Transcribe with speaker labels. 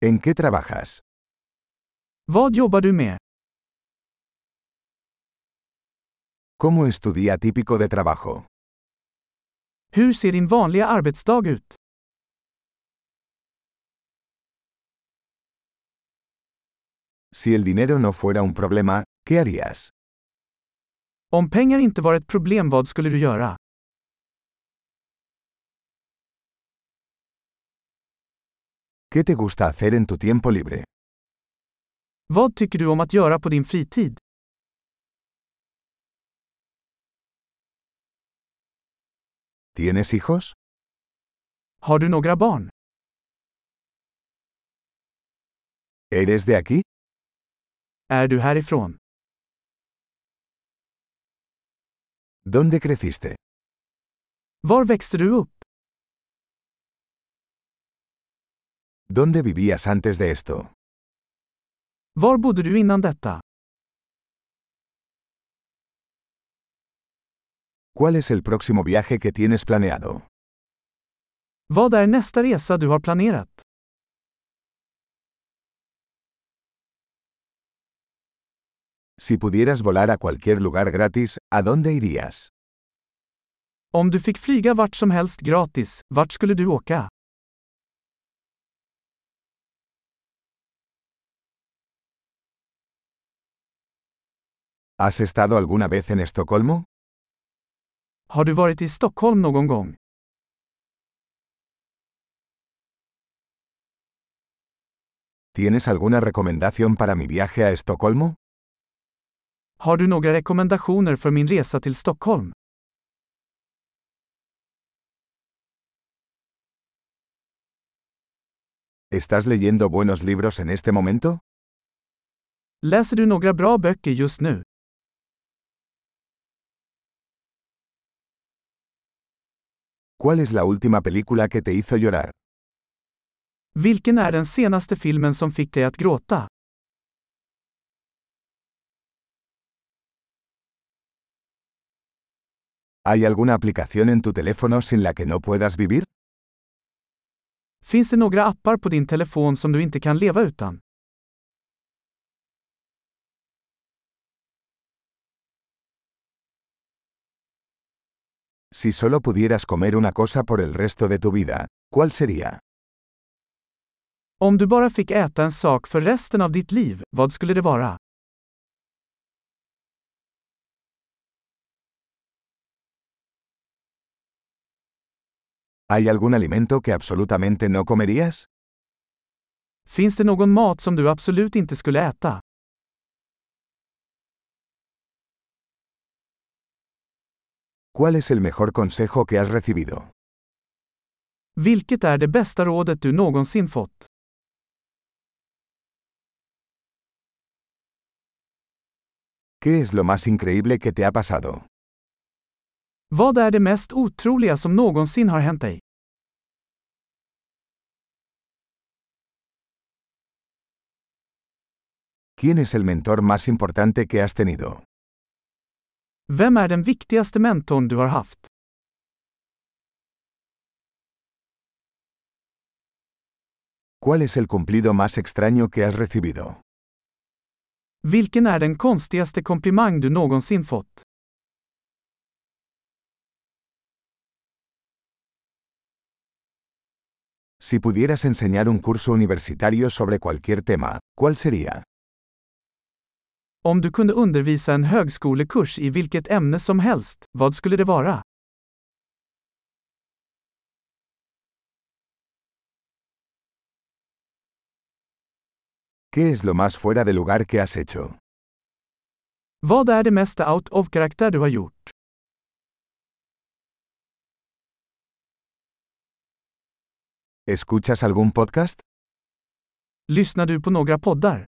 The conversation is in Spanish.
Speaker 1: ¿En qué trabajas?
Speaker 2: Vad jobbar du med?
Speaker 1: ¿Cómo es tu día típico de trabajo?
Speaker 2: Hur ser din vanliga arbetsdag ut?
Speaker 1: Si el dinero no fuera un problema, ¿qué harías?
Speaker 2: Om pengar inte var ett problem vad skulle du göra?
Speaker 1: ¿Qué te gusta hacer en tu tiempo libre?
Speaker 2: Vad tycker du om att göra på din fritid?
Speaker 1: ¿Tienes hijos?
Speaker 2: Har du några barn?
Speaker 1: ¿Eres de aquí?
Speaker 2: Är du härifrån?
Speaker 1: ¿Dónde creciste?
Speaker 2: Var växte du upp?
Speaker 1: ¿Dónde vivías antes de esto?
Speaker 2: Var bodde du innan detta?
Speaker 1: ¿Cuál es el próximo viaje que tienes planeado?
Speaker 2: Vad är nästa resa du har planerat?
Speaker 1: Si pudieras volar a cualquier lugar gratis, ¿a dónde irías?
Speaker 2: Om du fick flyga vart som helst gratis, vart skulle du åka?
Speaker 1: ¿Has estado alguna vez en Estocolmo?
Speaker 2: Har du varit i Stockholm någon gång?
Speaker 1: ¿Tienes alguna recomendación para mi viaje a Estocolmo?
Speaker 2: Har du några rekommendationer för min resa till Stockholm?
Speaker 1: ¿Estás leyendo buenos libros en este momento?
Speaker 2: Läser du några bra böcker just nu?
Speaker 1: ¿Cuál es la última película que te hizo llorar?
Speaker 2: Vilken är den senaste filmen som fick dig att gråta?
Speaker 1: ¿Hay alguna aplicación en tu teléfono sin la que no puedas vivir?
Speaker 2: Finns det några appar på din telefon som du inte kan leva utan?
Speaker 1: Si solo pudieras comer una cosa por el resto de tu vida, ¿cuál sería?
Speaker 2: Om du bara fick äta en sak för resten av ditt liv, vad skulle det vara?
Speaker 1: ¿Hay algún alimento que absolutamente no comerías?
Speaker 2: Finns det någon mat som du absolut inte skulle äta?
Speaker 1: ¿Cuál es el mejor consejo que has recibido?
Speaker 2: Vilket är det bästa rådet du någonsin fått?
Speaker 1: ¿Qué es lo más increíble que te ha pasado?
Speaker 2: Vad är det mest otroliga som någonsin har hänt dig?
Speaker 1: ¿Quién es el mentor más importante que has tenido?
Speaker 2: Vem är den viktigaste mentorn du har haft?
Speaker 1: ¿Cuál es el cumplido más extraño que has recibido?
Speaker 2: Vilken är den konstigaste komplimang du någonsin fått?
Speaker 1: Si pudieras enseñar un curso universitario sobre cualquier tema, ¿cuál sería?
Speaker 2: Om du kunde undervisa en högskolekurs i vilket ämne som helst, vad skulle det vara?
Speaker 1: ¿Qué es lo más fuera de lugar que has hecho?
Speaker 2: Vad är det mesta out of karaktär du har gjort?
Speaker 1: ¿Escuchas algún podcast?
Speaker 2: Lyssnar du på några poddar?